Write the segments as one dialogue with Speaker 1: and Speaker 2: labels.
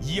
Speaker 1: 以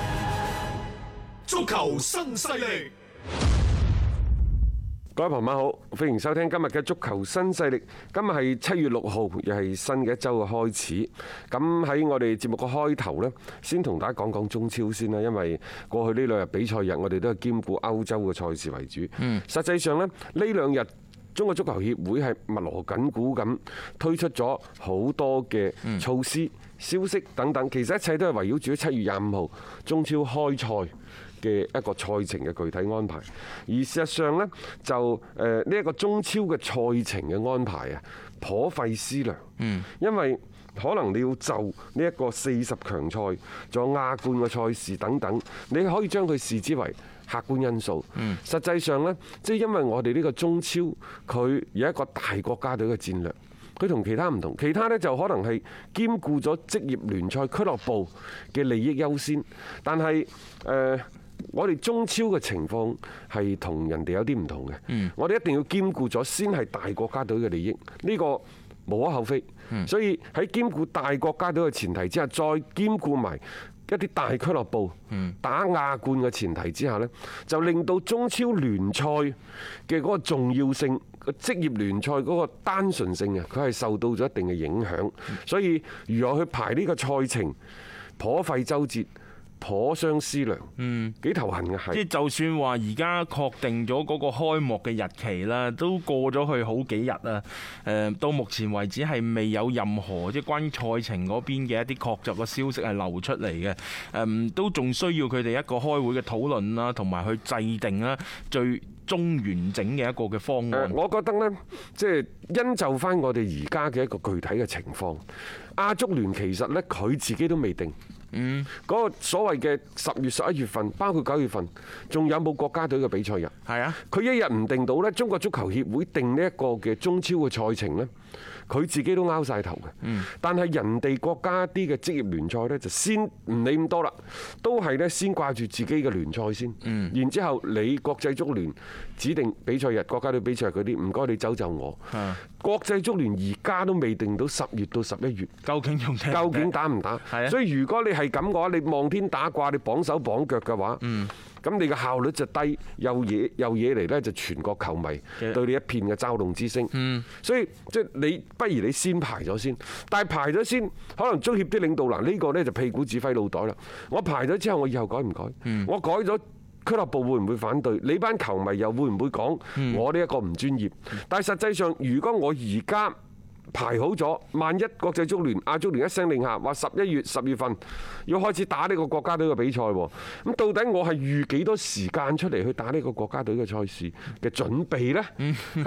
Speaker 1: 足球新勢力，
Speaker 2: 各位朋友好，歡迎收聽今日嘅足球新勢力。今日係七月六號，又係新嘅一周嘅開始。咁喺我哋節目嘅開頭呢，先同大家講講中超先啦，因為過去呢兩日比賽日，我哋都係兼顧歐洲嘅賽事為主。實際上呢，呢兩日中國足球協會係密鑼緊鼓咁推出咗好多嘅措施、消息等等，其實一切都係圍繞住七月廿五號中超開賽。嘅一個賽程嘅具體安排，而事實上呢，就誒呢一個中超嘅賽程嘅安排啊，頗費思量，因為可能你要就呢一個四十強賽，仲有亞冠嘅賽事等等，你可以將佢視之為客觀因素。實際上呢，即係因為我哋呢個中超佢有一個大國家隊嘅戰略。佢同其他唔同，其他呢就可能係兼顧咗職業聯賽俱樂部嘅利益優先，但係誒。呃我哋中超嘅情況係同人哋有啲唔同嘅，我哋一定要兼顧咗先係大國家隊嘅利益，呢個無可厚非。所以喺兼顧大國家隊嘅前提之下，再兼顧埋一啲大俱樂部打亞冠嘅前提之下呢，就令到中超聯賽嘅嗰個重要性。個職業聯賽嗰個單純性啊，佢係受到咗一定嘅影響，所以如何去排呢個賽程，頗費周折，頗相思量，嗯，幾頭痕嘅係。
Speaker 3: 即係就算話而家確定咗嗰個開幕嘅日期啦，都過咗去好幾日啦。誒，到目前為止係未有任何即係關於賽程嗰邊嘅一啲確鑿嘅消息係流出嚟嘅。誒，都仲需要佢哋一個開會嘅討論啦，同埋去制定啦最終完整嘅一個嘅方案
Speaker 2: 誒，。我覺得呢，即係因就翻我哋而家嘅一個具體嘅情況，亞足聯其實呢，佢自己都未定。嗯，嗰個所謂嘅十月、十一月份，包括九月份，仲有冇國家隊嘅比賽日？
Speaker 3: 係啊，
Speaker 2: 佢一日唔定到呢，中國足球協會定呢一個嘅中超嘅賽程呢，佢自己都拗晒頭嘅。但係人哋國家啲嘅職業聯賽呢，就先唔理咁多啦，都係呢先掛住自己嘅聯賽先。然之後你國際足聯指定比賽日、國家隊比賽日嗰啲，唔該你走就我。國際足聯而家都未定到十月到十一月。
Speaker 3: 究竟仲 聽唔
Speaker 2: 究竟
Speaker 3: 聽
Speaker 2: 打唔打
Speaker 3: 係？啊
Speaker 2: 所以如果你係咁嘅話，你望天打卦，你綁手綁腳嘅話，
Speaker 3: 嗯
Speaker 2: 咁你嘅效率就低，又惹又惹嚟呢，就全國球迷
Speaker 3: 嘅嗯
Speaker 2: 對你一片嘅嘲弄之聲。所以即係你不如你先排咗先，但係排咗先，可能足協啲領導嗱呢個呢，就屁股指揮腦袋啦。我排咗之後，我以後改唔改？
Speaker 3: 嗯
Speaker 2: 我改咗。俱樂部會唔會反對？你班球迷又會唔會講
Speaker 3: 嗯
Speaker 2: 我呢一個唔專業？但係實際上，如果我而家排好咗，萬一國際足聯、亞足聯一聲令下，話十一月、十月份要開始打呢個國家隊嘅比賽喎。咁到底我係預幾多時間出嚟去打呢個國家隊嘅賽事嘅準備呢？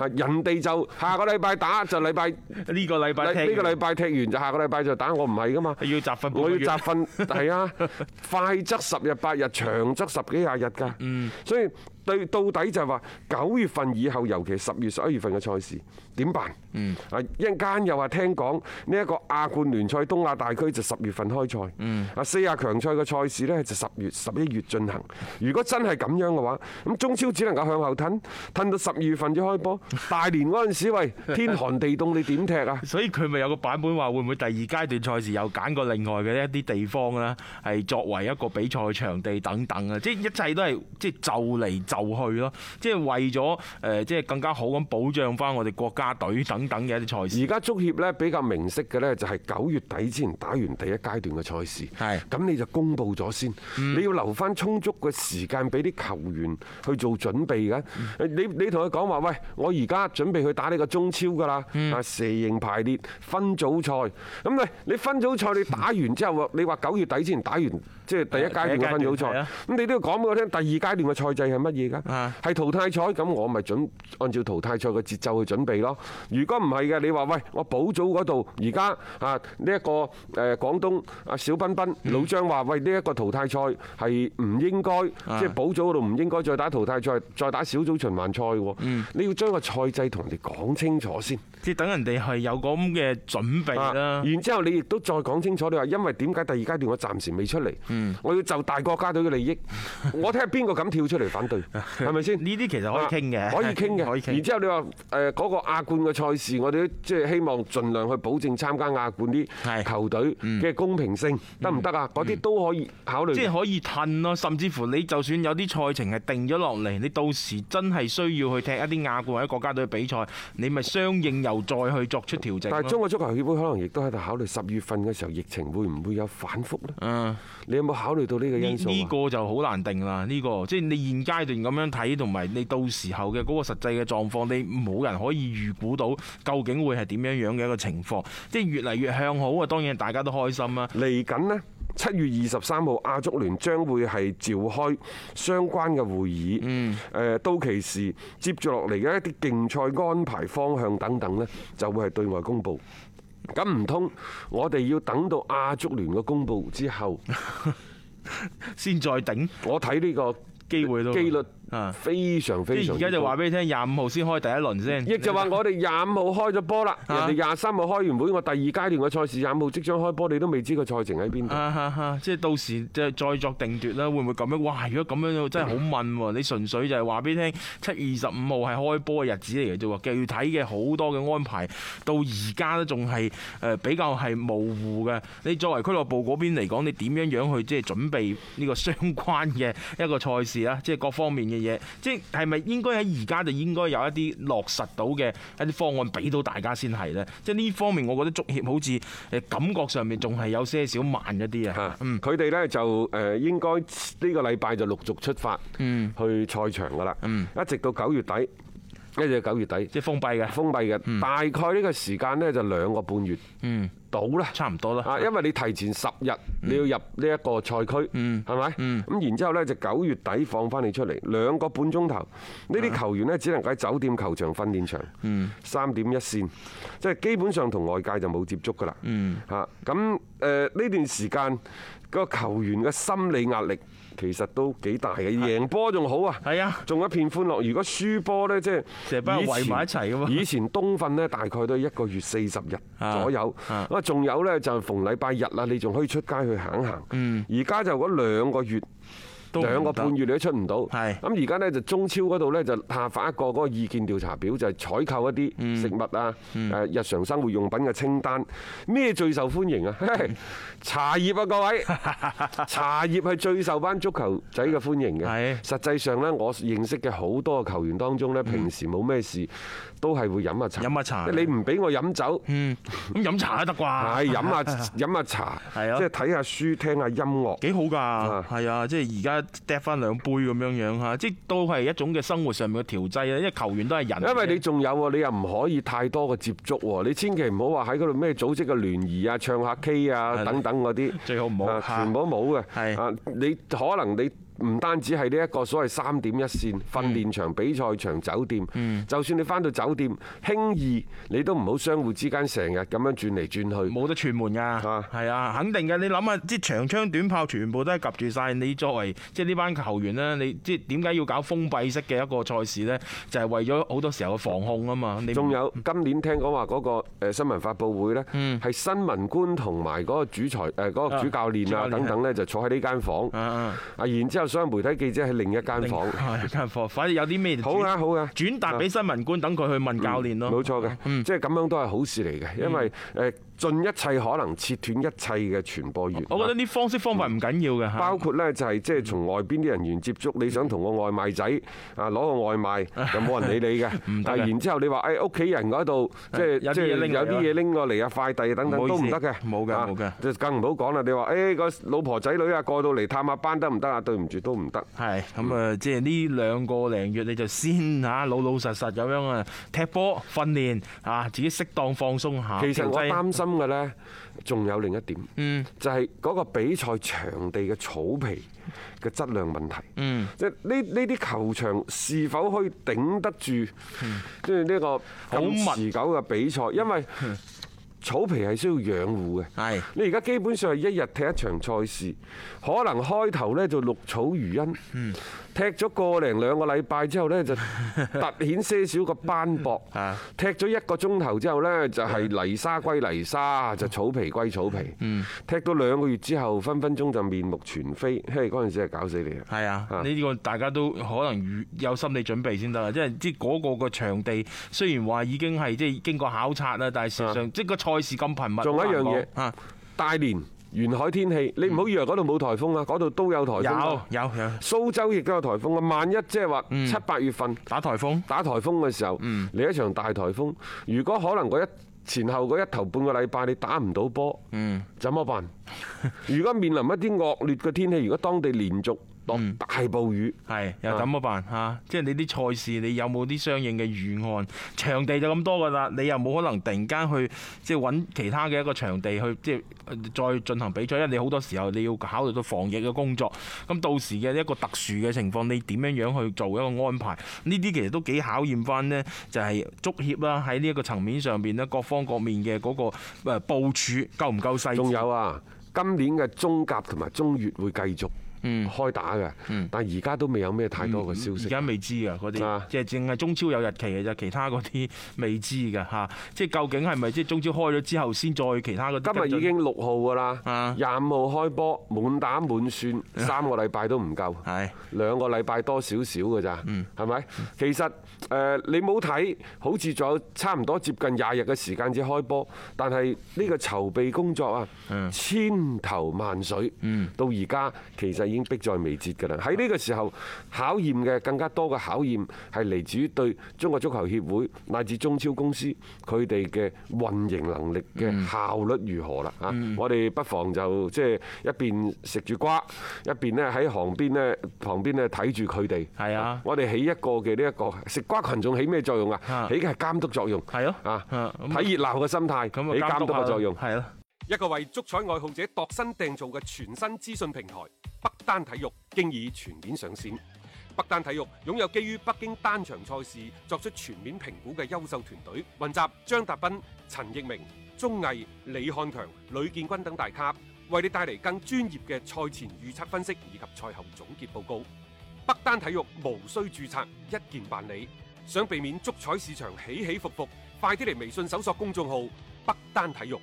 Speaker 2: 啊，人哋就下個禮拜打，就禮拜呢
Speaker 3: 呢個禮拜聽
Speaker 2: 個禮
Speaker 3: 完
Speaker 2: 拜踢完就下個禮拜就打，我唔係噶嘛。
Speaker 3: 要集訓半
Speaker 2: 我
Speaker 3: 個
Speaker 2: 要
Speaker 3: 月
Speaker 2: 集訓，係 啊，快則十日八日，長則十幾廿日㗎。
Speaker 3: 嗯
Speaker 2: 所以對到底就係話九月份以後，尤其十月、十一月份嘅賽事點辦？
Speaker 3: 嗯
Speaker 2: 啊，一陣間又話聽講呢一個亞冠聯賽東亞大區就十月份開賽。
Speaker 3: 嗯
Speaker 2: 啊，四亞強賽嘅賽事呢，就十月、十一月進行。如果真係咁樣嘅話，咁中超只能夠向後褪，褪到十二月份先開 波。大年嗰陣時，喂，天寒地凍，你點踢啊？
Speaker 3: 所以佢咪有個版本話會唔會第二階段賽事又揀過另外嘅一啲地方啦，係作為一個比賽場地等等啊，即係一切都係即係就嚟就就去咯，即係為咗誒即係更加好咁保障翻我哋國家隊等等嘅一啲賽事。
Speaker 2: 而家足協呢比較明晰嘅呢，就係九月底之前打完第一階段嘅賽事，
Speaker 3: 係嗯
Speaker 2: 咁你就公佈咗先，你要留翻充足嘅時間俾啲球員去做準備㗎。
Speaker 3: 嗯
Speaker 2: 你你同佢講話，喂，我而家準備去打呢個中超㗎啦，
Speaker 3: 嗯
Speaker 2: 啊蛇形排列分組賽，咁你你分組賽你打完之後，你話九月底之前打完即係第一階段嘅分組
Speaker 3: 嗯第一階段係
Speaker 2: 賽
Speaker 3: 啊，
Speaker 2: 咁你都要講俾我聽，第二階段嘅賽制係乜嘢㗎
Speaker 3: 啊？
Speaker 2: 係淘汰賽，咁我咪準按照淘汰賽嘅節奏去準備咯。如果唔係嘅，你話喂，我補組嗰度而家啊呢一個誒廣東啊小彬彬老張話喂呢一個淘汰賽係唔應該，即係補組嗰度唔應該再打淘汰賽，再打小組循環賽喎。你要將個賽制同人哋講清楚先。
Speaker 3: 即係等人哋係有咁嘅準備啦
Speaker 2: 啊。然之後你亦都再講清楚，你話因為點解第二階段我暫時未出嚟，
Speaker 3: 嗯
Speaker 2: 我要就大國家隊嘅 利益，我睇下邊個敢跳出嚟反對，係咪先？
Speaker 3: 呢啲其實可以傾嘅
Speaker 2: 啊可以傾
Speaker 3: 可以
Speaker 2: 嘅。
Speaker 3: 傾
Speaker 2: 然之後你話誒嗰個亞冠嘅賽事，我哋都即係希望盡量去保證參加亞冠啲
Speaker 3: 係嗯
Speaker 2: 球隊嘅公平性，得唔得啊？嗰啲都可以考慮
Speaker 3: 即
Speaker 2: 嘅。
Speaker 3: 係可以褪咯，甚至乎你就算有啲賽程係定咗落嚟，你到時真係需要去踢一啲亞冠或者國家隊嘅比賽，你咪相應又再去作出調整
Speaker 2: 但係中
Speaker 3: 咯。
Speaker 2: 國足球協會可能亦都喺度考慮十月份嘅時候疫情會唔會有反覆呢？
Speaker 3: 嗯，
Speaker 2: 你有冇考慮到呢個
Speaker 3: 呢
Speaker 2: 因素啊
Speaker 3: 呢個就好難定啦。呢個即係你現階段咁樣睇，同埋你到時候嘅嗰個實際嘅狀況，你冇人可以預估到究竟會係點樣樣嘅一個情況。即係越嚟越向好啊，當然大家都開心啊啦。
Speaker 2: 嚟緊呢，七月二十三號亞足聯將會係召開相關嘅會議，誒、
Speaker 3: 嗯
Speaker 2: 到期時接住落嚟嘅一啲競賽安排方向等等呢，就會係對外公佈。咁唔通我哋要等到亞足聯嘅公佈之 後，
Speaker 3: 先再頂
Speaker 2: 我睇呢個
Speaker 3: 機會都
Speaker 2: 機率
Speaker 3: 啊
Speaker 2: 非常非
Speaker 3: 即係
Speaker 2: 常
Speaker 3: 而家就
Speaker 2: 高
Speaker 3: 話俾你聽，廿五號先開第一輪先。
Speaker 2: 亦就話我哋廿五號開咗波啦，人
Speaker 3: 啊
Speaker 2: 哋廿三號開完會，我第二階段嘅賽事廿五號即將開波，你都未知個賽程喺邊度。
Speaker 3: 啊哈哈！即係到時即係再作定奪啦，會唔會咁樣？哇！如果咁樣真係好問喎，你純粹就係話俾你聽，七月二十五號係開波嘅日子嚟嘅啫喎，具體嘅好多嘅安排到而家都仲係誒比較係模糊嘅。你作為俱樂部嗰邊嚟講，你點樣樣去即係準備呢個相關嘅一個賽事啦？即 係各方面嘅嘢，即係係咪應該喺而家就應該有一啲落實到嘅一啲方案俾到大家先係呢？即係呢方面，我覺得足協好似誒感覺上面仲係有些少慢一啲啊。
Speaker 2: 嚇，佢哋呢就誒應該呢個禮拜就陸續出發去賽場噶啦，一直到九月底，一直到九月底
Speaker 3: 即係封閉嘅，
Speaker 2: 封閉嘅，大概呢個時間呢就兩個半月
Speaker 3: 嗯，
Speaker 2: 到啦。
Speaker 3: 差唔多啦嗯
Speaker 2: 啊，。因為你提前十日你要入呢一個賽區，係咪？咁然之後呢，就九月底放翻你出嚟兩個半鐘頭，呢
Speaker 3: 啊
Speaker 2: 啲球員呢，只能夠喺酒店、球場、訓練場，
Speaker 3: 嗯
Speaker 2: 三點一線，即係基本上同外界就冇接觸噶啦。
Speaker 3: 嗯
Speaker 2: 嚇咁誒呢段時間個球員嘅心理壓力其實都幾大嘅，贏波仲好啊，
Speaker 3: 係啊
Speaker 2: 仲一片歡樂。如果輸波呢，即係
Speaker 3: 成班人
Speaker 2: 以前
Speaker 3: 圍埋一齊㗎嘛
Speaker 2: 以前冬訓呢，大概都係一個月四十日左右。
Speaker 3: 啊
Speaker 2: 咁啊，仲有呢，就係逢禮拜日啦，你仲可以出街去行行。
Speaker 3: 嗯
Speaker 2: 而家就嗰兩個月。
Speaker 3: 都唔得
Speaker 2: 兩個半月你都出唔到，
Speaker 3: 係
Speaker 2: 咁而家呢，就中超嗰度呢，就下發一個嗰個意見調查表，就係採購一
Speaker 3: 嗯
Speaker 2: 啲食物啊、誒日常生活用品嘅清單，咩最受歡迎 啊？嘿茶葉啊，各位，茶葉係最受班足球仔嘅歡迎嘅
Speaker 3: 係。嗯
Speaker 2: 實際上呢，我認識嘅好多嘅球員當中呢，平時冇咩事都係會飲下茶。
Speaker 3: 飲下茶
Speaker 2: 你唔俾我飲酒。
Speaker 3: 嗯，咁飲茶都得
Speaker 2: 係
Speaker 3: 啩？
Speaker 2: 飲 下飲下茶，
Speaker 3: 係啊
Speaker 2: 即係睇下書、聽下音樂。
Speaker 3: 幾好
Speaker 2: 啊
Speaker 3: 㗎，係啊，即係而家嗒翻兩杯咁樣樣嚇，即係都係一種嘅生活上面嘅調劑啊啦。因為球員都係人嚟嘅，
Speaker 2: 因為你仲有喎，你又唔可以太多嘅接觸喎，你千祈唔好話喺嗰度咩組織嘅聯誼啊、唱下 K 啊
Speaker 3: 係
Speaker 2: 等等嗰啲，
Speaker 3: 最好唔好
Speaker 2: 啊
Speaker 3: 嚇
Speaker 2: 全部都冇嘅。
Speaker 3: 係
Speaker 2: 啊，你可能你。唔單止係呢一個所謂三點一線訓練場、比賽場、酒店，
Speaker 3: 嗯
Speaker 2: 就算你翻到酒店，輕易你都唔好相互之間成日咁樣轉嚟轉去。
Speaker 3: 冇得串門㗎
Speaker 2: 啊，
Speaker 3: 係啊，肯定嘅。你諗下，即係長槍短炮全部都係及住晒。你作為即係呢班球員呢，你即係點解要搞封閉式嘅一個賽事呢？就係為咗好多時候嘅防控啊嘛。你唔
Speaker 2: 仲有今年聽講話嗰個誒新聞發佈會呢，係新聞官同埋嗰個主裁誒嗰個主教練啊
Speaker 3: 主教練
Speaker 2: 等等呢，就坐喺呢間房。
Speaker 3: 啊啊，
Speaker 2: 啊，然之後所有媒體記者喺另一間房。
Speaker 3: 係間房，反正有啲咩就
Speaker 2: 好啊，好啊，嗯
Speaker 3: 轉達俾新聞官，等佢去問教練咯。
Speaker 2: 冇錯嘅，即係咁樣都係好事嚟嘅，因為誒盡一切可能切斷一切嘅傳播源。
Speaker 3: 我覺得呢方式方法唔緊要嘅嚇，
Speaker 2: 包括呢就係即係從外邊啲人員接觸，你想同個外賣仔啊攞個外 賣，又冇人理你嘅。
Speaker 3: 唔得嘅
Speaker 2: 啊然之後你話誒屋企人嗰度，即係
Speaker 3: 有啲嘢
Speaker 2: 即係
Speaker 3: 拎嚟
Speaker 2: 有啲
Speaker 3: 啊
Speaker 2: 嘢拎過嚟啊，快遞等等
Speaker 3: 唔好
Speaker 2: 都
Speaker 3: 意思
Speaker 2: 唔得嘅。
Speaker 3: 冇嘅
Speaker 2: 啊
Speaker 3: 冇嘅
Speaker 2: 就更唔好講啦。你話誒個老婆仔女啊過到嚟探下班得唔得啊？對唔住都唔得。
Speaker 3: 係咁啊，即係呢兩個零月你就先嚇老老實實咁樣啊踢波訓練啊，自己適當放鬆下。
Speaker 2: 其實我
Speaker 3: 調劑
Speaker 2: 擔心嘅呢，仲有另一點，
Speaker 3: 嗯
Speaker 2: 就係嗰個比賽場地嘅草皮嘅質量問題。
Speaker 3: 嗯，
Speaker 2: 即係呢呢啲球場是否可以頂得住，即係呢個
Speaker 3: 嗯好密嗯
Speaker 2: 咁持久嘅比賽？因為草皮係需要養護嘅。
Speaker 3: 係
Speaker 2: 你而家基本上係一日踢一場賽事，可能開頭呢就綠草如茵，踢咗個零兩個禮拜之後呢，就突顯些少個斑駁
Speaker 3: 啊，
Speaker 2: 踢咗一個鐘頭之後呢，就係泥沙歸泥沙，就草皮歸草皮，踢到兩個月之後，分分鐘就面目全非，嘿嗰陣時係搞死你啊！
Speaker 3: 係啊，
Speaker 2: 啊
Speaker 3: 呢個大家都可能預有心理準備先得啦，因為即係嗰個個場地雖然話已經係即係經過考察啦，但係事實上即係個賽事咁頻密，
Speaker 2: 啊仲有一樣
Speaker 3: 好難
Speaker 2: 嘢
Speaker 3: 講啊，
Speaker 2: 大連沿海天氣，你唔好以為嗰度冇颱風啊，嗰度都有颱風
Speaker 3: 有
Speaker 2: 啊。
Speaker 3: 有有
Speaker 2: 蘇州亦都有颱風啊！萬一即係話七八月份
Speaker 3: 打颱風。
Speaker 2: 打颱風嘅時候，嚟一場大颱風，如果可能嗰一前後嗰一頭半個禮拜你打唔到波，怎麼辦？如果面臨一啲惡劣嘅天氣，如果當地連續落大暴雨，
Speaker 3: 係又咁嘅辦嚇，即係你啲賽事你有冇啲相應嘅預案？場地就咁多㗎啦，你又冇可能突然間去即係揾其他嘅一個場地去即係再進行比賽，因為你好多時候你要考慮到防疫嘅工作，咁到時嘅一個特殊嘅情況，你點樣樣去做一個安排？呢啲其實都幾考驗翻呢，就係足協啦喺呢一個層面上邊呢，各方各面嘅嗰個誒部署夠唔夠細緻？
Speaker 2: 仲有啊，今年嘅中甲同埋中乙會繼續開打嘅，但係而家都未有咩太多嘅消
Speaker 3: 而
Speaker 2: 息。
Speaker 3: 家未知啊，嗰
Speaker 2: 啊
Speaker 3: 啲即係淨係中超有日期嘅啫，其他嗰啲 未知嘅嚇。即係究竟係咪即係中超開咗之後先再其他嗰啲
Speaker 2: 今
Speaker 3: 跟
Speaker 2: 日
Speaker 3: 進？
Speaker 2: 已經六號㗎啦
Speaker 3: 啊，
Speaker 2: 廿五號開波，滿打滿算，三個禮拜都唔夠，
Speaker 3: 係
Speaker 2: 兩個禮拜多少少㗎咋，係咪？其實誒你冇睇，好似仲有差唔多接近廿日嘅時間至開波，但係呢個籌備工作啊，千頭萬緒，到而家其實已經迫在眉睫㗎啦。喺呢個時候考驗嘅更加多嘅考驗係嚟自於對中國足球協會乃至中超公司佢哋嘅運營能力嘅效率如何啦嚇。我哋不妨就即係一邊食住瓜，一邊呢喺旁邊呢旁邊呢睇住佢哋。
Speaker 3: 係啊
Speaker 2: 我哋起一個嘅呢一個食瓜群眾起咩作用啊？
Speaker 3: 啊
Speaker 2: 起嘅係監督作用。
Speaker 3: 係咯
Speaker 2: 啊
Speaker 3: 啊咁
Speaker 2: 睇熱鬧嘅心態，
Speaker 3: 咁
Speaker 2: 起
Speaker 3: 啊，
Speaker 2: 監督嘅作用。
Speaker 3: 係咯。
Speaker 4: 一個為足彩愛好者度身訂造嘅全新資訊平台北單體育，經已全面上線。北單體育擁有基於北京單場賽事作出全面評估嘅優秀團隊，雲集張達斌、陳奕明、鐘毅、李漢強、呂建軍等大咖，為你帶嚟更專業嘅賽前預測分析以及賽後總結報告。北單體育無需註冊，一鍵辦理。想避免足彩市場起起伏伏，快啲嚟微信搜索公眾號北單體育。